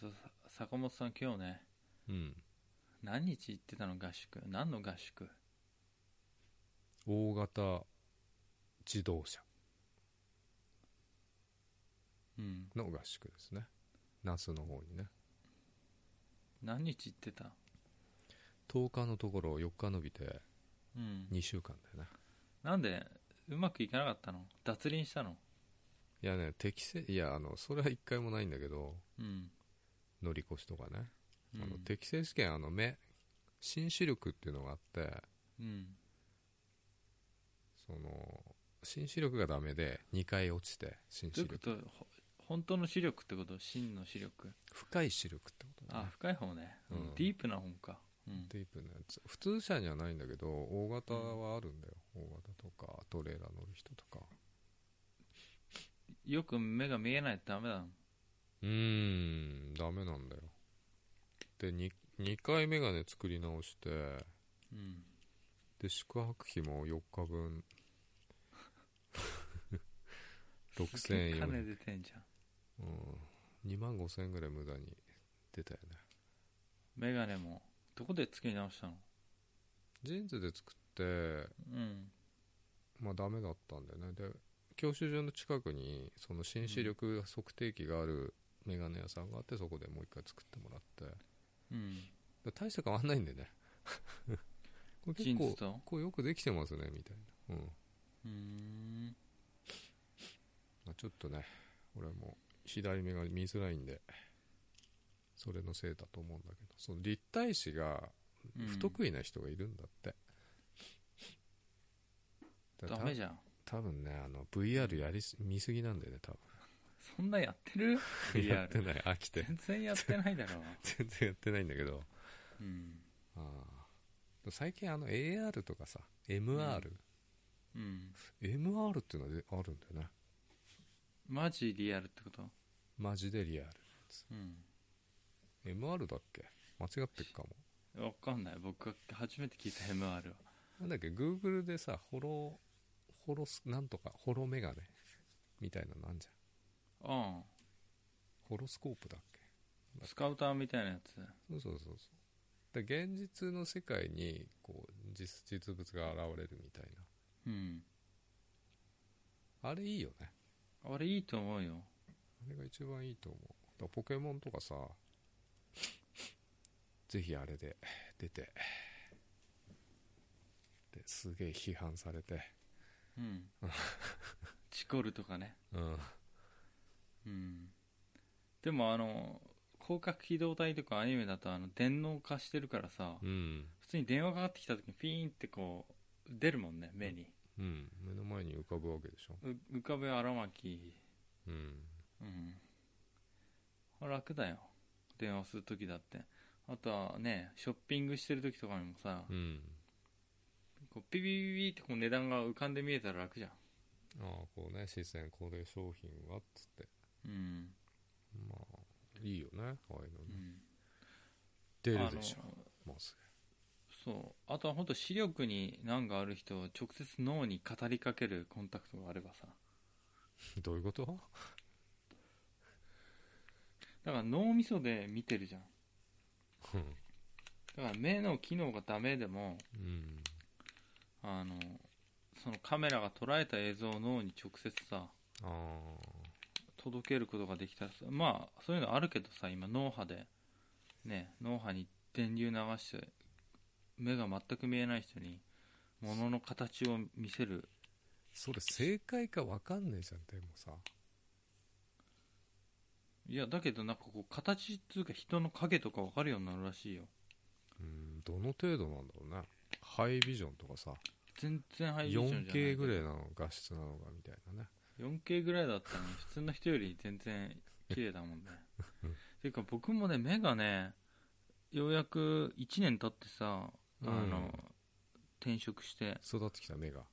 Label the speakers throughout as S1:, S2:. S1: そう坂本さん今日ね
S2: うん。
S1: 何日行ってたの合宿何の合宿
S2: 大型自動車
S1: うん
S2: の合宿ですね。那須の方にね。
S1: 何日行ってた
S2: 10日のところ4日伸びて
S1: うん
S2: 2週間だよね。
S1: なんでうまくいかなかったの脱輪したの
S2: いやね、適正、いや、あの、それは一回もないんだけど、
S1: うん
S2: 乗り越しとかね。
S1: うん
S2: あの適正試験、あの、目、新視力っていうのがあって、
S1: うん
S2: その、新視力がダメで2回落ちて、新
S1: どう
S2: 視
S1: いうこ
S2: 力。
S1: とほ本当の視力ってこと真の視力
S2: 深い視力ってことだ
S1: あ
S2: ね。
S1: 深い方ね、
S2: うん
S1: ディープな方かうん
S2: ディープなやつ。普通車にはないんだけど、大型はあるんだよ。大型とか、トレーラー乗る人とか。
S1: よく目が見えないとダメだもん
S2: うーん、ダメなんだよ。で、2, 2回メガネ作り直して、
S1: うん
S2: で、宿泊費も4日分、
S1: すげえ
S2: 6400
S1: 金出てんじゃん
S2: うん、2万5千円ぐらい無駄に出たよね。
S1: メガネもどこで作り直したの
S2: ジーンズで作って、
S1: うん
S2: まあダメだったんだよね。で、教習所の近くに、その新視力測定器があるメガネ屋さんがあって、そこでもう一回作ってもらって。
S1: うん
S2: だ大した変わんないん でね。これ
S1: ジ
S2: 結
S1: ーンズ
S2: 構、
S1: と
S2: こうよくできてますね、みたいな。うん。
S1: うーん
S2: まあ、ちょっとね、俺も左目が見づらいんで、それのせいだと思うんだけど、その立体視が
S1: うん
S2: 不得意な人がいるんだって。だ
S1: ダメじゃん
S2: た多分ね、あの VR やりす見すぎなんだよね、多
S1: そんなやってる
S2: 分。 やって
S1: VR
S2: ない、飽きて。
S1: 全然やってないだろう、
S2: 全然やってないんだけど。
S1: うん
S2: あー最近あの AR とかさ、MR。
S1: うん、
S2: MR っていうのがあるんだよね。
S1: マジリアルってこと
S2: マジでリアル。
S1: うん、
S2: MR だっけ間違ってるかも。
S1: わかんない僕が初めて聞いた MR は
S2: なんだっけ、Google でさ、ホロ、ホロス、なんとか、ホロメガネみたいなのあんじゃん。
S1: あ
S2: ホロスコープだっけ
S1: あスカウターみたいなやつ
S2: そうそうそうそう。で、現実の世界に、こう、実、実物が現れるみたいな。
S1: うん
S2: あれいいよね。
S1: あれいいと思うよ
S2: あれが一番いいと思う。だからポケモンとかさ、ぜひあれで出て、で、すげえ批判されて、
S1: うんチコルとかね
S2: うん。
S1: うんでもあの広角機動隊とかアニメだとあの電脳化してるからさ、
S2: うん。
S1: 普通に電話かかってきた時にピーンってこう出るもんね目に、
S2: うん。目の前に浮かぶわけでしょ。
S1: う浮かべ荒巻
S2: うん。
S1: うん楽だよ電話する時だってあとはねショッピングしてる時とかにもさ、
S2: うん。
S1: こうピピピピってこう値段が浮かんで見えたら楽じゃん
S2: ああこうね視線これ商品はっつって
S1: うん、
S2: まあいいよねああいうの
S1: う
S2: ね
S1: ん、
S2: 出るでし
S1: あの
S2: ょもうす
S1: そうあとは本当視力に難がある人を直接脳に語りかけるコンタクトがあればさ
S2: ぐどういうこと
S1: だから脳みそで見てるじゃん
S2: うん
S1: だから目の機能がダメでも
S2: うん
S1: あのそのカメラが捉えた映像を脳に直接さ
S2: あ
S1: 届けることができたらさまあそういうのあるけどさ今脳波でね脳波に電流流して目が全く見えない人に物の形を見せる
S2: あそれ正解か分かんねえじゃんでもさ
S1: いやだけどなんかこう形っていうか人の影とか分かるようになるらしいよ
S2: うんどの程度なんだろうねハイビジョンとかさ
S1: 全然ハイビジョンじゃない
S2: 4K ぐらいなの画質なのかみたいなね
S1: 4K ぐらいだったのに普通の人より全然綺麗だ もんねていうか僕もね目がねようやく1年経ってさあの、
S2: うん
S1: 転職して
S2: 育ってきた目が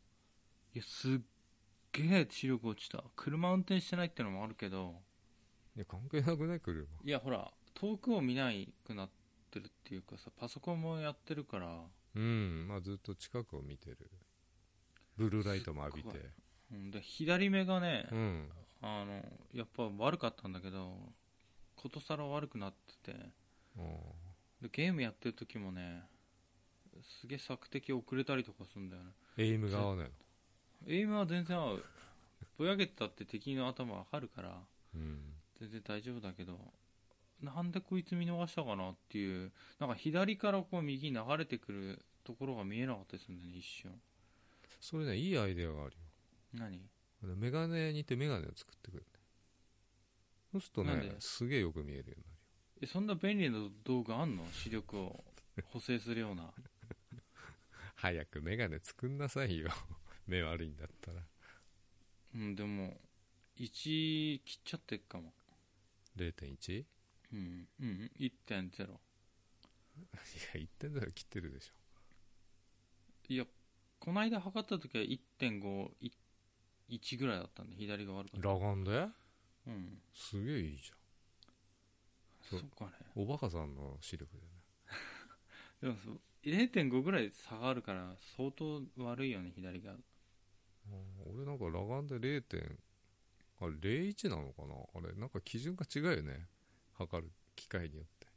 S1: いやすっげえ視力落ちた車運転してないってのもあるけど
S2: いや関係なくない車
S1: いやほら遠くを見ないくなってるっていうかさパソコンもやってるから、
S2: うんまあずっと近くを見てるブルーライトも浴び
S1: すってうん、で左目がね、
S2: うん
S1: あのやっぱ悪かったんだけどことさら悪くなってて
S2: うん
S1: でゲームやってる時もねすげえ索敵遅れたりとかするんだよね
S2: エイムが合わないの
S1: エイムは全然合うぼやけてたって敵の頭わかるから
S2: うん
S1: 全然大丈夫だけどなんでこいつ見逃したかなっていうなんか左からこう右に流れてくるところが見えなかったでするんだよね一瞬
S2: それねいいアイデアがあるよ
S1: 何
S2: あのメガネにてメガネを作ってくるそうすると
S1: なん
S2: ね
S1: です
S2: げえよく見えるようになる
S1: えそんな便利な道具あんの視力を補正するような
S2: よ早くメガネ作んなさいよ 目悪いんだったら
S1: うんでも1切っちゃってっかも
S2: 0.1? い
S1: うんうん1.0
S2: や1.0切ってるでしょ
S1: いやこの間測った時は1.51ぐらいだったんで左が悪かった
S2: 裸眼
S1: うん
S2: ですげえいいじ
S1: そ
S2: そう
S1: っかね
S2: ゃんおバカさんの視力で
S1: で
S2: ね
S1: もそう0.5ぐらい差があるから相当悪いよね左が
S2: うん俺なんか裸眼で0点あれ01なのかなあれなんか基準が違うよね測る機械によって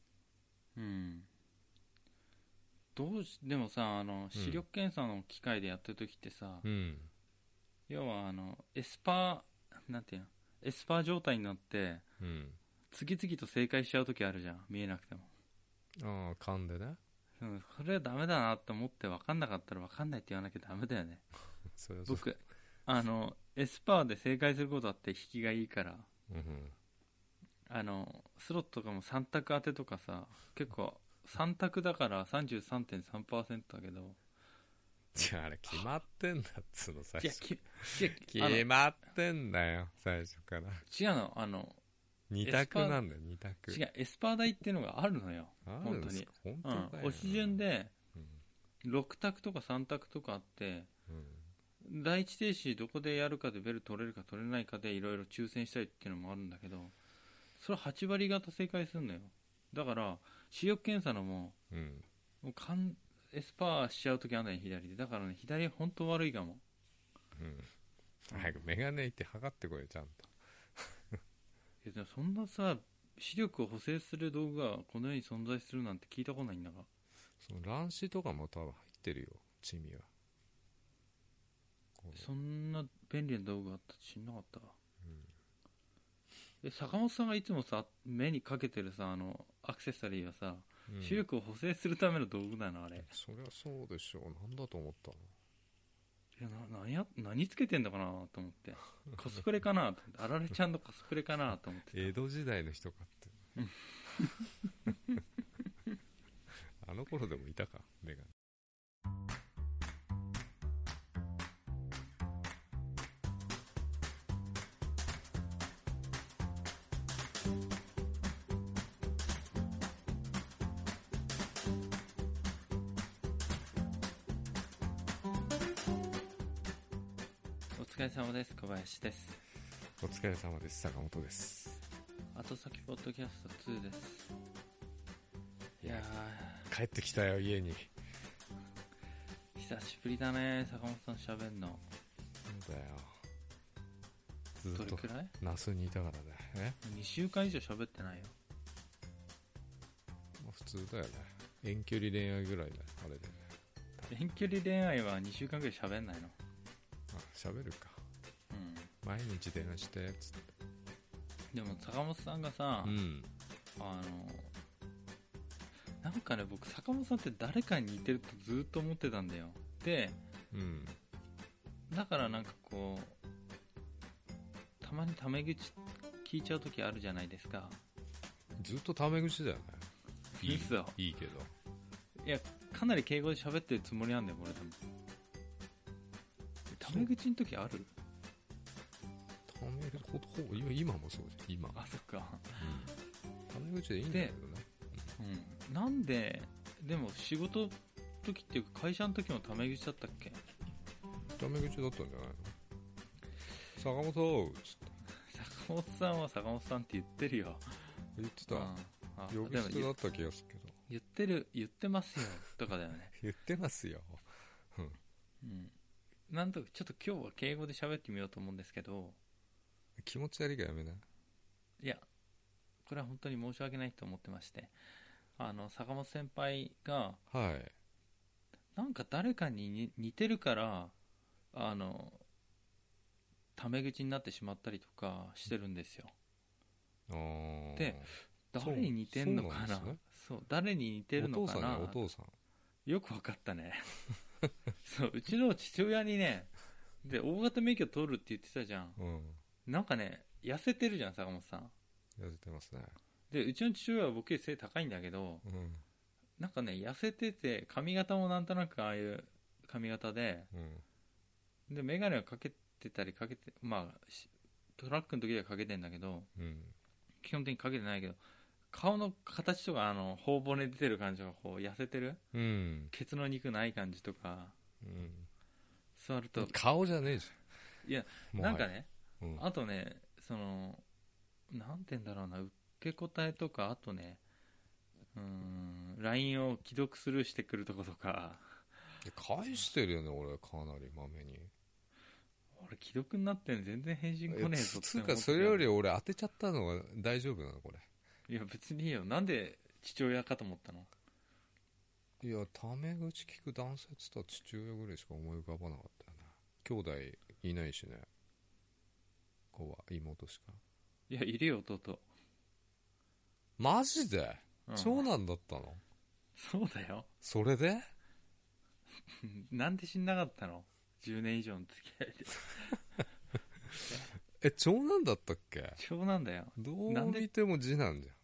S1: うんどうしでもさあの視力検査の機械でやってる時ってさ、
S2: うん
S1: 要はあのエスパーなんていうのエスパー状態になって
S2: うん
S1: 次々と正解しちゃう時あるじゃん見えなくても、
S2: ああ勘でね
S1: うん、それはダメだなって思って分かんなかったら分かんないって言わなきゃダメだよね
S2: それはそう
S1: 僕あのエスパーで正解することあって引きがいいから
S2: うん
S1: あのスロットとかも3択当てとかさ結構3択だから33.3%だけど
S2: じゃああれ決まってんだっつうの最
S1: いや
S2: 初
S1: きいやあの
S2: 決まってんだよ最初から
S1: 違うのあの
S2: 二択なんだよ二択
S1: 違うエスパー台っていうのがあるのよ、
S2: あるんですか本
S1: う
S2: 当
S1: ん
S2: だ、よ
S1: 押し順で
S2: うん
S1: 6択とか3択とかあって
S2: うん
S1: 第一停止どこでやるかでベル取れるか取れないかでいろいろ抽選したりっていうのもあるんだけどそれ8割方正解するのよだから視力検査のも
S2: うん
S1: もうかんエスパーしちゃう時あんない左でだからね左本当悪いかも
S2: うん早くメガネ行って測ってこいよちゃんと
S1: いやでもそんなさ視力を補正する道具がこの世に存在するなんて聞いたことないんだから
S2: その乱視とかも多分入ってるよ地味はこう
S1: そんな便利な道具があったって知んなかったわ
S2: うん
S1: え坂本さんがいつもさ目にかけてるさあのアクセサリーはさ、
S2: うん
S1: 視力を補正するための道具なのあれい
S2: そりゃそうでしょうなんだと思ったの
S1: やな何や何つけてんだかなと思って コスプレかなと思ってあられちゃんのコスプレかなと思ってた
S2: 江戸時代の人かって
S1: う
S2: あの頃でもいたかメガネ
S1: お疲れ様です小林です
S2: お疲れ様です坂本です
S1: 後先ポッドキャスト2ですいや
S2: 帰ってきたよ家に
S1: ー久しぶりだね坂本さんしゃべんの
S2: そうだよず
S1: ど
S2: っ
S1: れ
S2: と
S1: くらい
S2: 那須にいたからだよね
S1: 2週間以上喋ってないよ
S2: まあ普通だよね遠距離恋愛ぐらいだよあれでね
S1: 遠距離恋愛は2週間ぐらい喋んないの
S2: あ喋るか
S1: うん
S2: 毎日電話してつって
S1: でも坂本さんがさ、
S2: うん
S1: あのなんかね僕坂本さんって誰かに似てるとずっと思ってたんだよで
S2: うん
S1: だからなんかこうたまにタメ口聞いちゃう時あるじゃないですか
S2: ずっとタメ口だよねいい
S1: 嘘
S2: いいけど
S1: いやかなり敬語で喋ってるつもりなんだよ俺でもタメ口の時ある
S2: タメ口ほほいや今もそうじゃん今
S1: あそっか
S2: タメ口でいいんだけどね
S1: うんなんででも仕事の時っていうか会社の時もタメ口だったっけ
S2: タメ口だったんじゃないの坂本つって
S1: 坂本さんは坂本さんって言ってるよ
S2: 言って
S1: う
S2: た
S1: んあ
S2: 呼び
S1: でも
S2: 捨てだった気がするけど
S1: 言ってる言ってますよとかだよね、
S2: 言ってますよ
S1: うん、なんとかちょっと今日は敬語で喋ってみようと思うんですけど
S2: 気持ち悪いからやめない
S1: いやこれは本当に申し訳ないと思ってましてあの坂本先輩が
S2: はい
S1: なんか誰かに似似てるからあのタメ口になってしまったりとかしてるんですよ
S2: あー
S1: で誰に似てんのかなそ
S2: そ
S1: うう
S2: なんです
S1: 誰に似てるの
S2: お
S1: か
S2: 父さんね
S1: な
S2: お父さん
S1: よく分かったねそううちの父親にねで大型免許取るって言ってたじゃん
S2: うん
S1: なんかね痩せてるじゃん坂本さん
S2: 痩せてますね
S1: でうちの父親は僕より背高いんだけど
S2: うん
S1: なんかね痩せてて髪型もなんとなくああいう髪型で
S2: うん
S1: で眼鏡はかけてたりかけてまあしトラックの時はかけてんだけど
S2: うん
S1: 基本的にかけてないけど顔の形とかあの頬骨出てる感じがこう痩せてる
S2: うん、
S1: ケツの肉ない感じとか座る
S2: う
S1: と
S2: ん、顔じゃねえじゃん
S1: いや
S2: もは
S1: な
S2: や
S1: んかね
S2: うん、
S1: あとねそのなんて言うんだろうな受け答えとかあとねうーん LINE を既読スルーしてくるとことか
S2: で返してるよね俺かなりまめに
S1: 俺既読になってんの全然返信来ねえぞ
S2: え
S1: っ
S2: つ
S1: て
S2: う
S1: 思って
S2: かそれより俺当てちゃったのが大丈夫なのこ
S1: いや別にいいよなんで父親かと思ったの
S2: れいやタメ口聞く男性っつったら父親ぐらいしか思い浮かばなかったよね兄弟いないしね子は妹しか
S1: いやいるよ弟、
S2: マジで、
S1: うん
S2: 長男だったの
S1: そうだよ
S2: それで
S1: なんで死んなかったの10年以上の付き合いで
S2: え長男だったっけ
S1: 長男だよ
S2: ど
S1: なん
S2: う
S1: で
S2: 見ても次男じゃん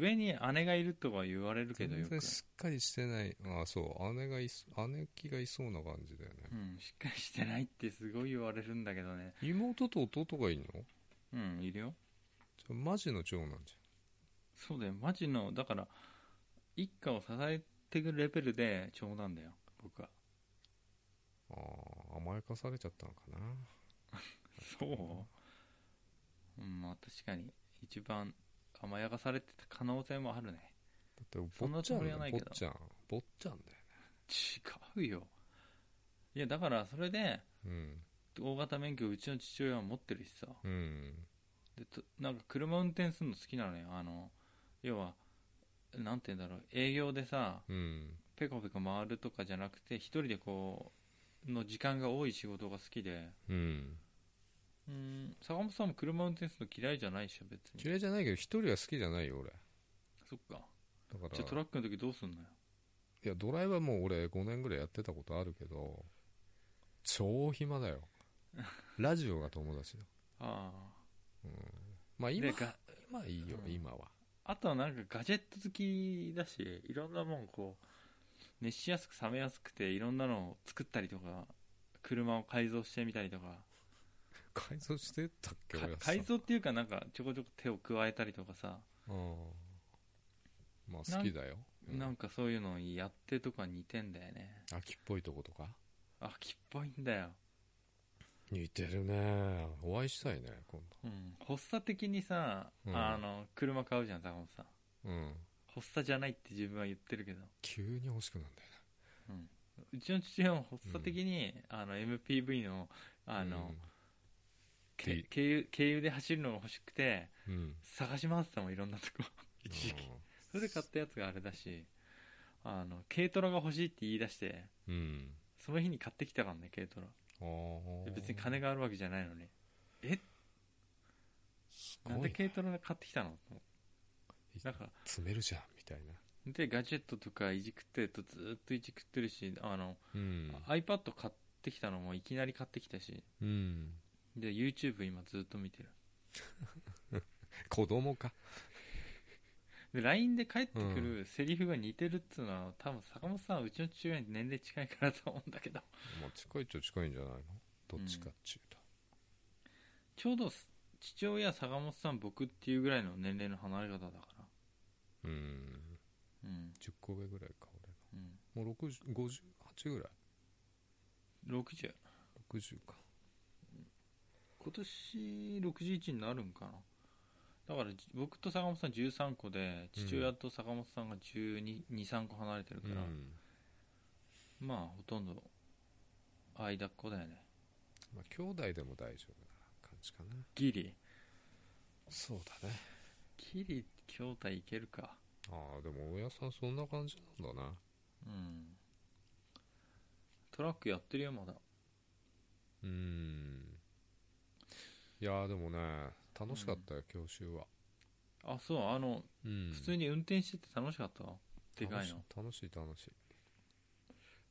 S1: 上に姉がいるとは言われるけどよ
S2: 全
S1: く、うん、
S2: 然
S1: し
S2: しっかりしてないあそう姉がいそ姉貴がいそうな感じだよね、
S1: っかりしてないってすごい言われるんだけどね
S2: 妹と弟がいるの
S1: うんいるよ
S2: じゃあマジの長男じ
S1: そうだよマジのだから一家を支えていくレベルで長男だよ僕は
S2: ゃんああ甘やかされちゃったのかな
S1: そううんまあ確かに一番甘やかされてた可能性もあるね
S2: だって
S1: そん
S2: 坊
S1: な
S2: っち
S1: つ
S2: ゃ
S1: も
S2: ん
S1: り
S2: だ
S1: は
S2: よ
S1: ない
S2: 坊
S1: け
S2: っ
S1: ど
S2: ちゃん坊っちゃんだよ
S1: 違うよいやだからそれで
S2: ね
S1: 大型免許をうちの父親は持ってるしさ
S2: うんうん
S1: でとなんか車運転するの好きなのよあの要はなんて言うんだろう営業でさ
S2: うん
S1: ペコペコ回るとかじゃなくて一人でこうの時間が多い仕事が好きで
S2: うん
S1: うん坂本さんも車運転するの嫌いじゃないでしょ別に
S2: 嫌いじゃないけど一人は好きじゃないよ俺
S1: そっかじ
S2: だ
S1: ゃあ
S2: か
S1: ト
S2: ら
S1: ラックの時どうすんのよ
S2: いやドライバーもう俺5年ぐらいやってたことあるけど超 暇だよラジオが友達だ
S1: ああ
S2: まあ今
S1: でが
S2: 今はいいよ
S1: うん
S2: 今は
S1: あとはなんかガジェット好きだしいろんなもんこう熱しやすく冷めやすくていろんなのを作ったりとか車を改造してみたりとか
S2: 改造してたっけ
S1: か
S2: 俺はさ
S1: 改造っていうかなんかちょこちょこ手を加えたりとかさ
S2: うんまあ好きだようん
S1: なんかそういうのをやってとか似てんだよね
S2: 秋っぽいとことか
S1: 秋っぽいんだよ
S2: 似てるねお会いしたいね今
S1: うん発作的にさ、
S2: うん
S1: あの車買うじゃん坂本さん
S2: 度うん
S1: 発作じゃないって自分は言ってるけど
S2: 急に欲しくなんだよ
S1: うちの父親も発作的に、あの MPV の
S2: な
S1: あの、け
S2: T
S1: 経由経由で走るのが欲しくて
S2: うんうん
S1: 探し回ってたもんいろんなとこ一時期
S2: あ
S1: それで買ったやつがあれだしあの軽トラが欲しいって言い出して
S2: ーうん
S1: その日に買ってきたからね軽トラ
S2: あ
S1: で
S2: ー
S1: 別に金があるわけじゃないのにえ
S2: すご
S1: なん
S2: い
S1: で
S2: ね
S1: 軽トラ買ってきたのなんか
S2: 詰めるじゃんみたいな
S1: でガジェットとかいじくってるとずーっといじくってるしあの、
S2: うん
S1: iPad 買ってきたのもいきなり買ってきたし
S2: うん
S1: で YouTube 今ずっと見てる
S2: 子供か
S1: で LINE で返ってくるセリフが似てるっつうのは、多分坂本さんはうちの父親に年齢近いからと思うんだけど
S2: まあ近いっちゃ近いんじゃないのどっちかっちゅうと
S1: ちょうどす父親坂本さん僕っていうぐらいの年齢の離れ方だから
S2: うん
S1: うん、
S2: 10個上ぐらいか
S1: う
S2: 俺
S1: ん、
S2: のもう60 58ぐらい
S1: 60
S2: 60か
S1: 今年61になるんかなだからじ僕と坂本さん13個で父親と坂本さんが123個離れてるから、まあほとんど間っ子だよね
S2: まあ、兄弟でも大丈夫な感じかな
S1: ギリ
S2: そうだね
S1: ギギリ筐体いけるか
S2: ああでも大家さんそんな感じなんだな
S1: うんトラックやってるよまだ
S2: うーんいやーでもね楽しかったよ、教習は、
S1: あそうあの、
S2: うん、
S1: 普通に運転してて楽しかったわでかいの
S2: 楽しい楽し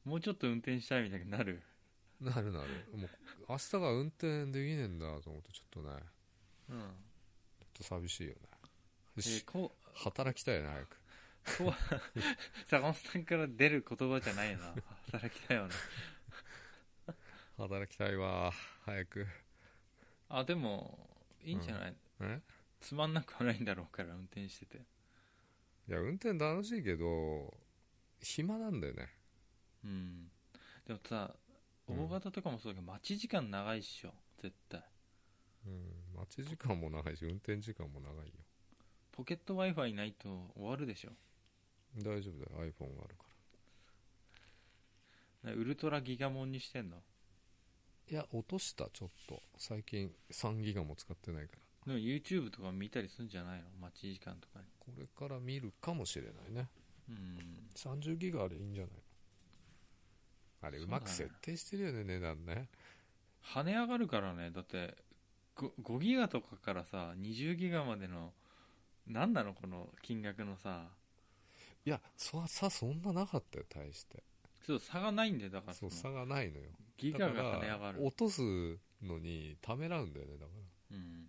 S2: い
S1: もうちょっと運転したいみたいになる
S2: 楽しいなるなるもう明日が運転できねえんだと思ってちょっとね
S1: うん、
S2: ちょっと寂しいよね
S1: え
S2: よし
S1: ーこ
S2: 働きたいよね早く
S1: こ坂本さんから出る言葉じゃないよ な働きたいよな
S2: 働きたいわ早く
S1: あでもいいんじゃない、
S2: え
S1: つまんなくはないんだろうから運転してて
S2: いや運転楽しいけど暇なんだよね
S1: うんでもさ
S2: うん
S1: 大型とかもそうだけど、待ち時間長いっしょ絶対
S2: うん待ち時間も長いし運転時間も長いよ
S1: ポケット w i f i ないと終わるでしょ
S2: 大丈夫だよ iPhone があるか
S1: なウルトラギガモンにしてんの
S2: らいや落としたちょっと最近3ギガも使ってないから
S1: でも YouTube とか見たりするんじゃないの待ち時間とかに
S2: これから見るかもしれないね
S1: うん
S2: 30ギガあれいいんじゃないのあれ
S1: そううだね
S2: まく設定してるよね値段ね
S1: 跳ね上がるからねだって 5, 5ギガとかからさ20ギガまでの何なのこの金額のさ
S2: いやそさそんななかったよ大して
S1: そう差がないんでだから
S2: そ
S1: そうの
S2: 差がないのよ
S1: ギガが跳ね
S2: だ
S1: 上
S2: か
S1: が
S2: ら
S1: る
S2: 落とすのにためらうんだよねだか
S1: うん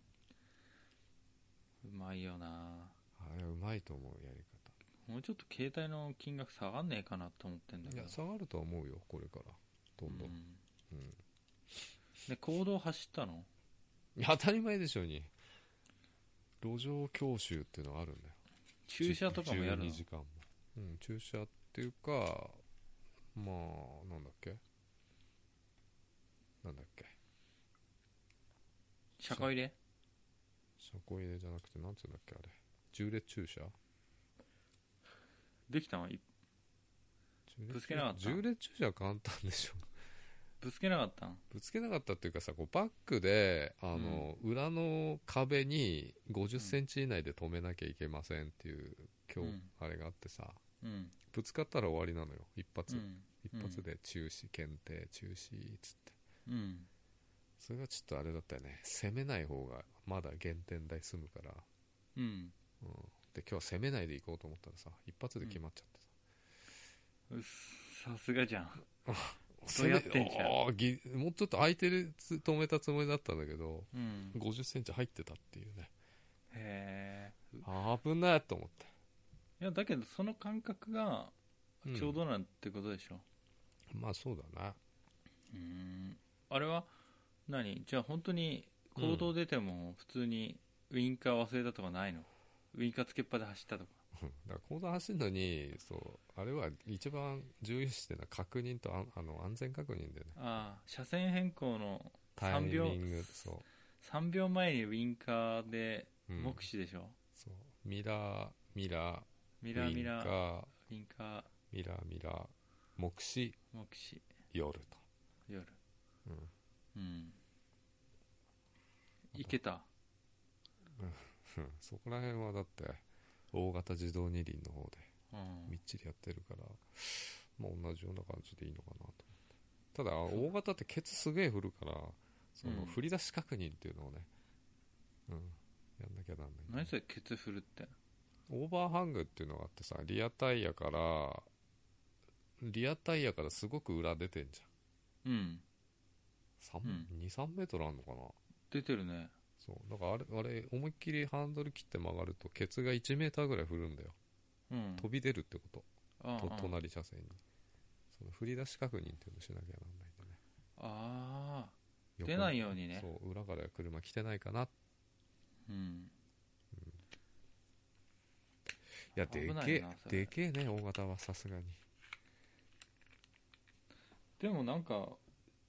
S1: うまいよな
S2: らあれはうまいと思うやり方
S1: もうちょっと携帯の金額下がんねえかなと思ってんだ
S2: い
S1: けど
S2: や下がるとは思うよこれからどんどん、
S1: うん
S2: うん
S1: で公道走ったの
S2: いや当たり前でしょうに路上教習っていうのがあるんだよ
S1: 駐車とかもやるの
S2: 12時間も、うん、駐車っていうかまあなんだっけなんだっけ
S1: 社会で
S2: 車庫入れじゃなくてなんていうんだっけあれ縦列駐車
S1: できたの
S2: 縦列駐車
S1: ぶつけなかった
S2: 縦列駐車は簡単でしょ
S1: ぶつけなかったん
S2: ぶつけなかったっていうかさこうバックであの、裏の壁に5 0ンチ以内で止めなきゃいけませんっていう今日、
S1: うん
S2: あれがあってさ
S1: うん、
S2: ぶつかったら終わりなのよ一
S1: う
S2: 発、
S1: ん
S2: 一発で中止検定中止っつって
S1: うん、
S2: それがちょっとあれだったよね攻めない方がまだ減点台済むから、
S1: うん、
S2: うん、で今日は攻めないでいこうと思ったらさ一発で決まっちゃって
S1: うっさすがじゃん
S2: さ、
S1: そうやっ
S2: 攻め
S1: てんじゃん
S2: あーぎもうちょっと空いてるつ止めたつもりだったんだけど
S1: うん
S2: 5 0ンチ入ってたっていうね
S1: へえ
S2: あー危ないと思って
S1: いやだけどその感覚が
S2: うん
S1: ちょうどなんてことでしょ
S2: まあそうだな
S1: うんあれは何じゃあ本当に行動出ても普通にウインカー忘れたとかないの、ウインカーつけっぱで走ったとか
S2: うんだから講座走るのにそうあれは一番重要視してるのは確認とあんあの安全確認だよね
S1: ああ車線変更の
S2: タイミ
S1: 3秒
S2: ングそう
S1: 3秒前にウインカーで
S2: うん
S1: 目視でしょ、
S2: そうミラーミラー
S1: ミラーミラー
S2: ー
S1: ウインカー
S2: ミラーミラー目視
S1: 目視
S2: 夜と、
S1: 夜
S2: うん、
S1: うんいけた
S2: うんそこら辺はだって大型自動二輪の方で
S1: うん
S2: みっちりやってるから、まあ、同じような感じでいいのかなとただ大型ってケツすげえ振るからその
S1: うん
S2: 振り出し確認っていうのをね、うん、やんなきゃなんな
S1: 何
S2: い
S1: それケツ振るって
S2: オーバーハングっていうのがあってさリアタイヤからリアタイヤからすごく裏出てんじ
S1: うん
S2: ゃん
S1: うん
S2: 23メートルあんのかな
S1: 出てるね
S2: そうだからあれあれ思いっきりハンドル切って曲がるとケツが1メーターぐらい振るんだよ
S1: うん
S2: 飛び出るってこと、
S1: あ
S2: と隣車線にその振り出し確認っていうのしなきゃなんないんでね
S1: あ
S2: 横
S1: 出ないようにね
S2: そう裏から車来てないかない
S1: ーうん
S2: や
S1: 危
S2: で
S1: ない
S2: けえ
S1: よなそれ
S2: でけえね大型はさすがに
S1: でもなんか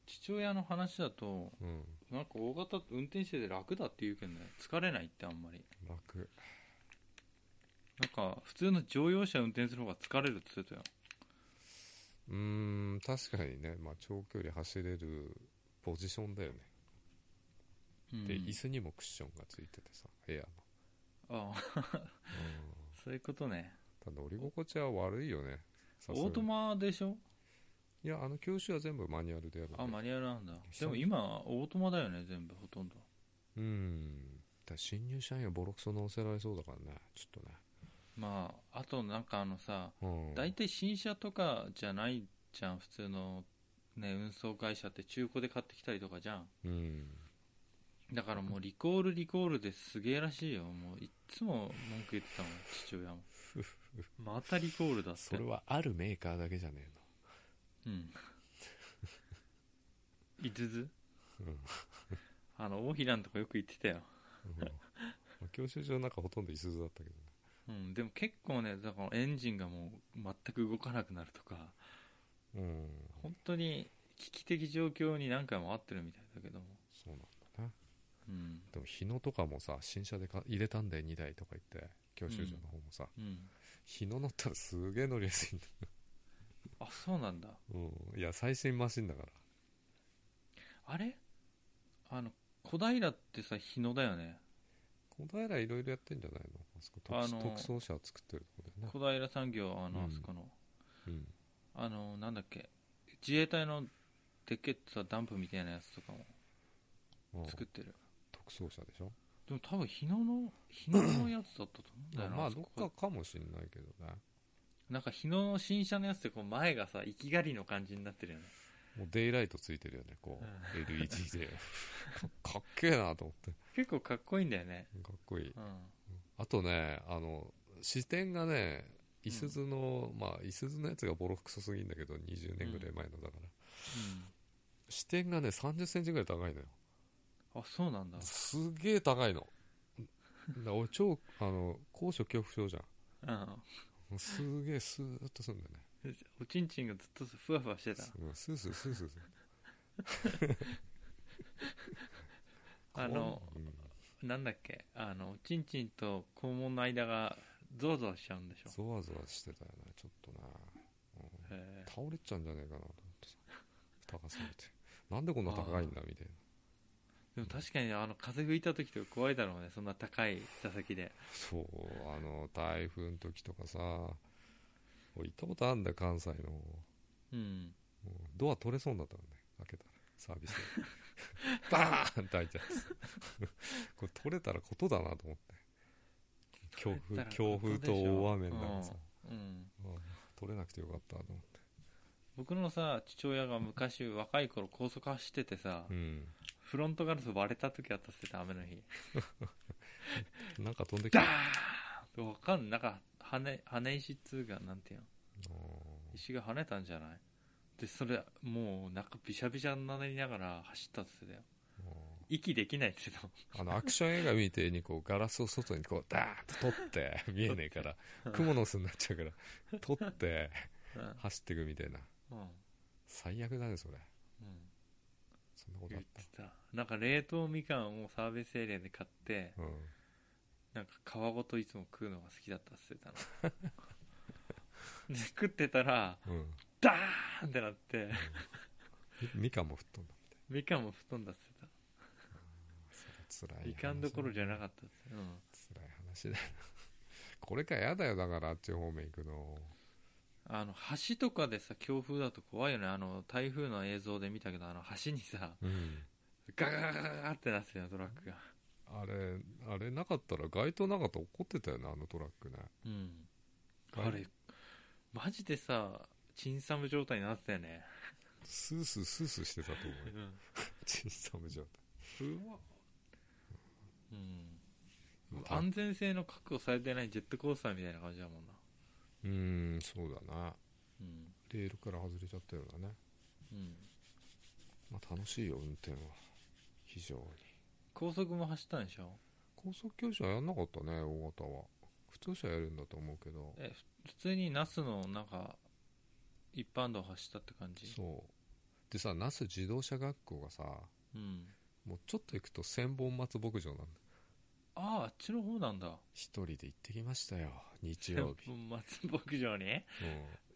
S1: 父親の話だと
S2: うん
S1: なんか大型って運転してて楽だって言うけどね疲れないってあんまり
S2: 楽
S1: なんか普通の乗用車運転する方が疲れるって言ってたよ
S2: うーん確かにね、まあ、長距離走れるポジションだよね、
S1: うん
S2: で椅子にもクッションがついててさエアの
S1: あああそういうことね
S2: うん、ただ乗り心地は悪いよねさすが
S1: オー
S2: に
S1: トマでしょ
S2: いやあの九州は全部マニュアルでやるんで
S1: あマニュアルなんだ
S2: そう
S1: でも今オートマだよね全部ほとんど
S2: うんだから新入社員はボロクソ乗せられそうだからねちょっとね
S1: まああとなんかあのさ
S2: うん
S1: 大体新車とかじゃないじゃん普通の、ね、運送会社って中古で買ってきたりとかじゃん
S2: うん
S1: だからもうリコールリコールですげえらしいよもういっつも文句言ってたもん父 親もまたリコールだって
S2: それはあるメーカーだけじゃね
S1: うんいつず
S2: えの、うん
S1: あの大平のとこよく行ってたよ
S2: うんまあ教習所なんかほとんどいすずだったけどね
S1: うん、でも結構ねだからエンジンがもう全く動かなくなるとか
S2: うん
S1: 本当に危機的状況に何回も合ってるみたいだけども、
S2: そうなんだね
S1: うん
S2: でも日野とかもさ新車でか入れたんだよ2台とか言って教習所の方もさ、
S1: うん、
S2: 日野乗ったらすげえ乗りやすいんだ、
S1: あそうなんだ
S2: うん、いや最新マシンだから
S1: あれあの小平ってさ日野だよね
S2: 小平いろいろやってんじゃないのあそこ特,、
S1: あの
S2: 特装車を作ってるとこだよね
S1: 小平産業あ
S2: う
S1: の
S2: ん
S1: あそこの、
S2: うん
S1: あのなんだっけ自衛隊のでっけえさダンプみたいなやつとかも
S2: うん
S1: 作ってる
S2: 特装車でしょ
S1: でも多分日野の日野のやつだったと思うんだよな
S2: まあ
S1: そ
S2: どっ
S1: こ
S2: かかもしんないけどね
S1: なんか日野の新車のやつってこう前がさ生き狩りの感じになってるよね
S2: もうデイライトついてるよねこう LED でかかっけえなと思って
S1: 結構かっこいいんだよね
S2: かっこい
S1: う
S2: い
S1: ん
S2: あとねあの視点がねいすゞの、まあいすゞのやつがボロクソすぎんだけど20年ぐらい前のだから、視点がね3 0ンチぐらい高いのよ
S1: うん、あそうなんだ
S2: すげえ高いのだから俺超あの高所恐怖症じゃん
S1: うん
S2: もうすげえスーッとすんだよね
S1: おちんちんがずっとふわふわしてた
S2: うんスースースースースー
S1: あの、
S2: うん
S1: なんだっけあのおちんちんと肛門の間がゾワゾワしちゃうんでしょ
S2: ゾワゾワしてたよねちょっとな、うん
S1: へえ
S2: 倒れちゃうんじゃないかなと思ってさ高すぎてなんでこんな高いんだみたい
S1: で
S2: な
S1: も確かにあの風吹いた時とか怖いだろうねそんな高い座席で
S2: そうあの台風の時とかさ俺行ったことあるんだよ関西の方も
S1: うん
S2: うドア取れそうになったのね開けたらサ ービスでバーンって開いちゃってこれ取れたらことだなと思って強
S1: 取れ
S2: 風
S1: たら
S2: 強風と大雨になるさ、
S1: うん
S2: うん取れなくてよかったと思って
S1: 僕のさ父親が昔若い頃高速走っててさ、
S2: うん
S1: フロントガラス割れた時あったっすよ雨の日
S2: なんか飛んできた
S1: ダーンわかんないなんか羽根羽根石っつうかなんていうの
S2: うん
S1: 石が跳ねたんじゃないでそれもうなんかびしゃびしゃになりながら走ったっつってたよ
S2: うん
S1: 息できないっつってたもん
S2: あの、アクション映画見てに、こう、ガラスを外にこう、ダーンと取って、 見えねえから、蜘蛛の巣になっちゃうから、取って、走っていくみたいな。
S1: うんうん
S2: 最悪だね、それ。
S1: うん
S2: そんなことあ
S1: 言
S2: っ
S1: ってたなんか冷凍みかんをサービスエリアで買って
S2: た。うん。
S1: なんか皮ごといつも食うのが好きだったっつってたの で食ってたら
S2: うん。
S1: ダーンってなって
S2: みみかんも吹っ飛んだ。
S1: みかんも吹っ飛んだっつって
S2: それ辛
S1: た
S2: い話。
S1: みかんどころじゃなかったっつって
S2: 辛い話だよ。 これからやだよ、だから、あっち方面行くの。
S1: うん、あの橋とかでさ強風だと怖いよねあの台風の映像で見たけどあの橋にさ
S2: うん。
S1: ガガガガガガってなってたよトラックが
S2: あれ、あれなかったら、街灯なかったら怒ってたよね、あのトラックね。
S1: うんあれマジでさチンサム状態になってたよね
S2: スースースースーしてたと思 うよ。
S1: ん
S2: 小さめじゃん。
S1: うわうん安全性の確保されてないジェットコースターみたいな感じだもんな
S2: うん、そうだな。
S1: うん
S2: レールから外れちゃったようなね、
S1: うん
S2: まあ、楽しいよ運転は非常に
S1: 高速も走ったんでしょ
S2: 高速教習はやんなかったね大型は普通車やるんだと思うけど
S1: えふ普通に那須のなんか一般道走ったって感じ
S2: そうでさ那須自動車学校がさ
S1: うん
S2: もうちょっと行くと千本松牧場なんだ
S1: あああっちの方なんだ
S2: 一人で行ってきましたよ日曜日、
S1: 千本松牧場に
S2: う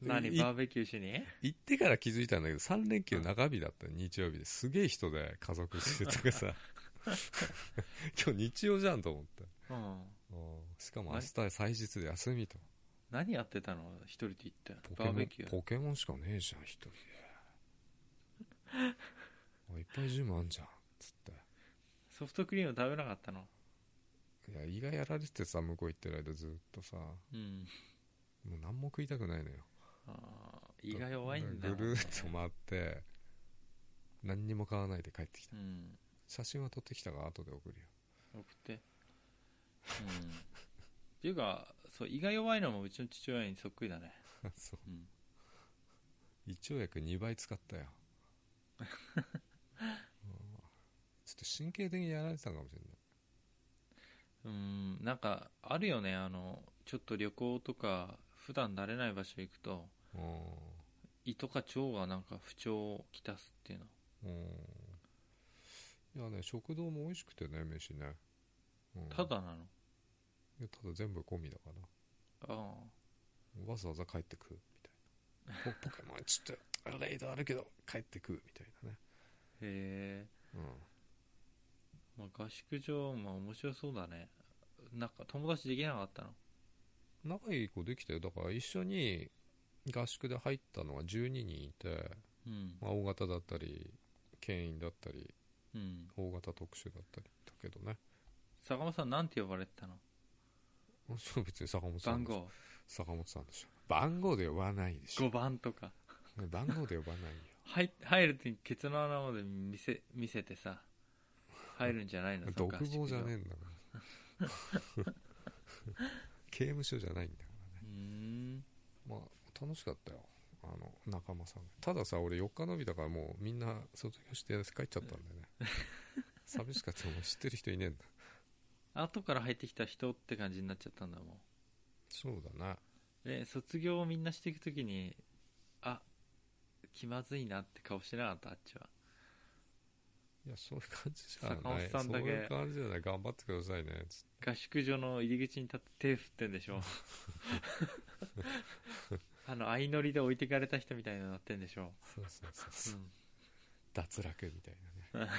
S2: ん
S1: 何
S2: い
S1: バーベキューしに
S2: 行ってから気づいたんだけど3連休中日だったの日曜日ですげえ人 で家族連れとかさ今日日曜じゃんと思って
S1: うん
S2: うんしかも明日祭日で休みと
S1: 何やってたの一人で行って
S2: ポケ
S1: バ
S2: モ
S1: ーベ
S2: ン
S1: キュー
S2: ポケモンしかねえじゃん一人であいっぱいジムあんじゃんつって
S1: ソフトクリーム食べなかったの
S2: いや胃がやられてさ向こう行ってる間ずっとさも
S1: うん
S2: う何も食いたくないのよ
S1: あー胃が弱いんだもんね
S2: ぐるーっと回って何にも買わないで帰ってきた
S1: うん
S2: 写真は撮ってきたが後で送るよ
S1: 送ってうんっていうかそう胃が弱いのもうちの父親にそっくりだね
S2: そう
S1: うん
S2: 胃腸薬2倍 使ったようんちょっと神経的にやられてたのかもしれないう
S1: ーんなんかあるよねあのちょっと旅行とか普段慣れない場所行くと
S2: う
S1: 胃とか腸がなんか不調をきたすっていうの
S2: んうんいやね食堂も美味しくてね飯ね、うん
S1: ただなの、
S2: いやただ全部込みだから
S1: あ
S2: わざわざ帰ってくみた いなポポケモンちょっとレイドあるけど帰ってくみたいなね、
S1: あへえ、
S2: う
S1: まあ、合宿場まあ面白そうだねなんか友達できなかったの
S2: ん、仲いい子できたよだから一緒に合宿で入ったのは12人いて、
S1: うん
S2: まあ、大型だったり牽引だったり
S1: うん
S2: 大型特殊だったりだけどね
S1: 坂本さんなんて呼ばれてたの
S2: そう別に坂本さ
S1: 番
S2: んでしょ
S1: 号
S2: 坂本さんでしょ番号で呼ばないでしょ
S1: 5番とか
S2: 番号で呼ばないよ
S1: 入入るときケツの穴まで見せ見せてさ入るんじゃないの
S2: 独
S1: その合宿
S2: 房じ
S1: 場
S2: ゃねえんだから 刑務所じゃないんだからね
S1: うーん
S2: まあ楽しかったよあの仲間さんたださ俺4日延びだからもうみんな卒業して帰っちゃったんだよ ね寂しかったもう知ってる人いねえんだ
S1: 後から入ってきた人って感じになっちゃったんだもん
S2: そうだな
S1: で卒業をみんなしていくときにあ気まずいなって顔してなかったあっちはい
S2: やそういう感じじゃない
S1: 坂本さんだけ
S2: そういう感じじゃない頑張ってくださいねつって
S1: 合宿所の入り口に立って手振ってんでし ょ あの相乗りで置いてかれた人みたいになってんでしょ、
S2: そうそうそう
S1: う
S2: そう、
S1: ん
S2: 脱落みたい なね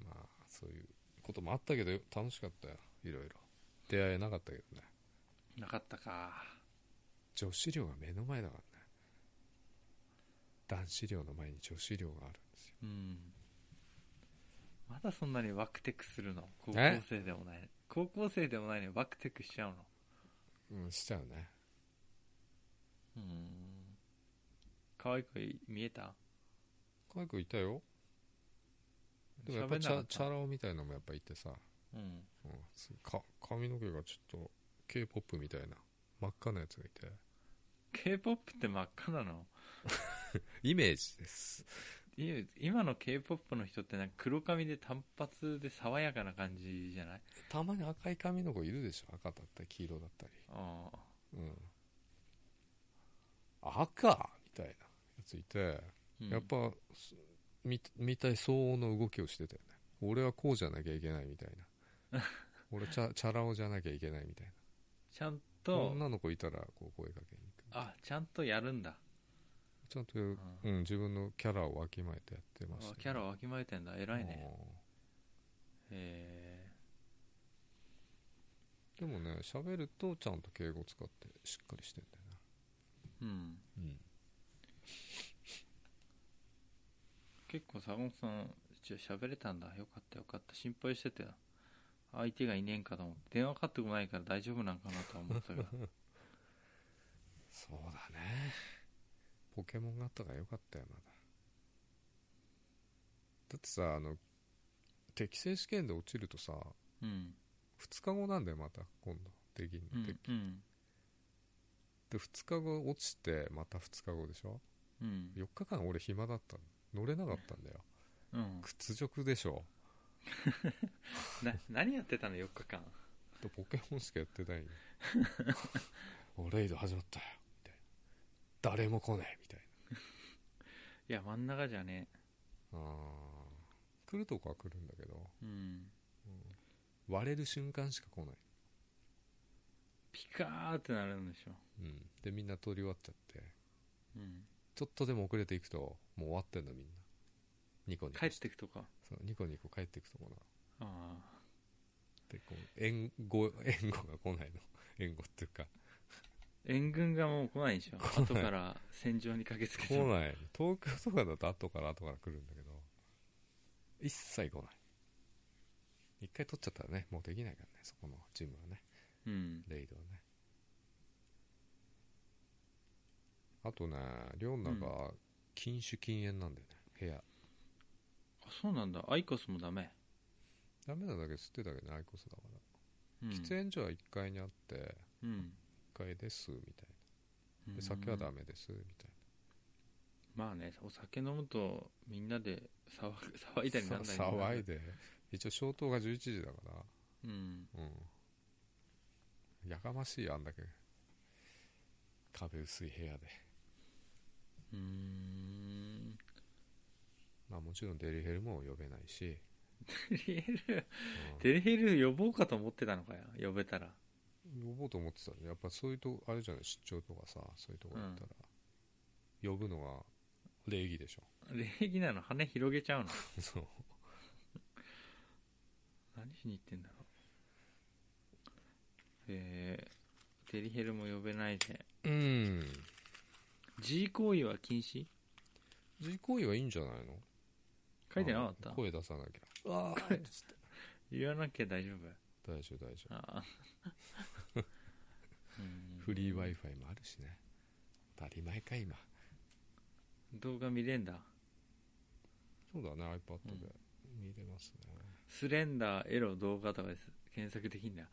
S2: うんまあそういうこともあったけど楽しかったよいろいろ出会えなかったけどね
S1: なかったか
S2: 女子寮が目の前だからね男子寮の前に女子寮があるんですよ
S1: うんまだそんなにワクテクするの高校
S2: え
S1: 生でもない高校生でもないのにワクテクしちゃうの
S2: うんしちゃうね
S1: うん可愛い子見えた
S2: 可愛くいたよでもやっ
S1: 喋
S2: ぱ
S1: ん
S2: チ
S1: なか
S2: ャ
S1: っ
S2: チ
S1: た
S2: ャラ男みたいのもやっぱいてさ、
S1: うん
S2: うん、すか髪の毛がちょっと k p o p みたいな真っ赤なやつがいて
S1: k p o p って真っ赤なの
S2: イメージです
S1: いや今の k p o p の人ってなんか黒髪で短髪で爽やかな感じじゃない
S2: たまに赤い髪の子いるでしょ赤だったり黄色だったり
S1: ああ
S2: うん、赤みたいなやついて、
S1: うん
S2: やっぱす見見たい相応の動きをしてたよね俺はこうじゃなきゃいけないみたいな 俺チャチャラ男じゃなきゃいけないみたいな
S1: ちゃんと
S2: 女の子いたらこう声かけに行く
S1: あちゃんとやるんだ
S2: ちゃんと、うん、自分のキャラをわきまえてやってましたね、
S1: あキャラをわきまえてんだ偉いねへ
S2: うんでもね喋るとちゃんと敬語使ってしっかりしてんだよ
S1: えうん
S2: な、
S1: 結構坂本さんじゃあ喋れたんだよかったよかった心配してたよ相手がいねえんかと思って電話かかってこないから大丈夫なんかなとは思ってた けど
S2: そうだねポケモンがあったからよかったよまだだってさあの適正試験で落ちるとさ
S1: うん
S2: 2日後なんだよまた今度できん
S1: うん
S2: で
S1: うん
S2: で2日後落ちてまた2日後でしょ
S1: うん
S2: 4日間俺暇だったの乗れなかったんだよ
S1: うん
S2: 屈辱でしょ
S1: な何やってたの4日間
S2: とポケモンしかやってないよ おレイド始まったよみたいな誰も来ないみたい
S1: いや真ん中じゃね
S2: なあー来るとこは来るんだけど
S1: えうん
S2: 割れる瞬間しか来ない
S1: ピカーってなるんでしょ
S2: うん、でみんな通り終わっちゃって
S1: うん
S2: ちょっとでも遅れていくともう終わってんのみんなニコニコ
S1: 帰ってくとか
S2: そうニコニコ帰っていくとこな
S1: ああ
S2: ってこう援護援護が来ないの 援護っていうか
S1: 援軍がもう来ないでしょ後から戦場に駆けつけ
S2: 来
S1: ても
S2: ない東京とかだと後から後から来るんだけど一切来ない一回取っちゃったらねもうできないからねそこのチームはね
S1: うん
S2: レイドはねあとね寮の中禁酒禁煙なんだよね部屋
S1: あそうなんだアイコスもダメ、
S2: ダメなだけ吸ってたけどねアイコスだから
S1: うん、
S2: 喫煙所は1階にあって
S1: うん
S2: 1階ですみたいな
S1: う
S2: で
S1: ん
S2: 酒はダメですみたい
S1: まあねお酒飲むとみんなで騒ぐ 騒いだりな
S2: なん
S1: だり
S2: さ騒いで一応消灯が11時だから
S1: うん
S2: うんやかましいあんだけ壁薄い部屋で
S1: うーん
S2: まあもちろんデリヘルも呼べないし、
S1: デリヘル
S2: う
S1: デリヘル呼ぼうかと思ってたのかよ呼べたら
S2: ん、呼ぼうと思ってたらやっぱそういうとあれじゃない出張とかさそういうとこ行ったら、呼ぶのが礼儀でしょ
S1: 礼儀なの羽広げちゃうの
S2: そう
S1: 何しに行ってんだろうえー、デリヘルも呼べないで
S2: うん
S1: 自行為は禁止
S2: 自行為はいいんじゃないの
S1: 書いてなかった
S2: あの声出さなきゃああ
S1: 言わなきゃ大丈夫
S2: 大丈夫大丈夫
S1: あーうん
S2: フリー w i f i もあるしね当たり前か今
S1: 動画見れんだ
S2: そうだね iPad
S1: うん
S2: で見れますね、
S1: スレンダーエロ動画とかです検索できんだ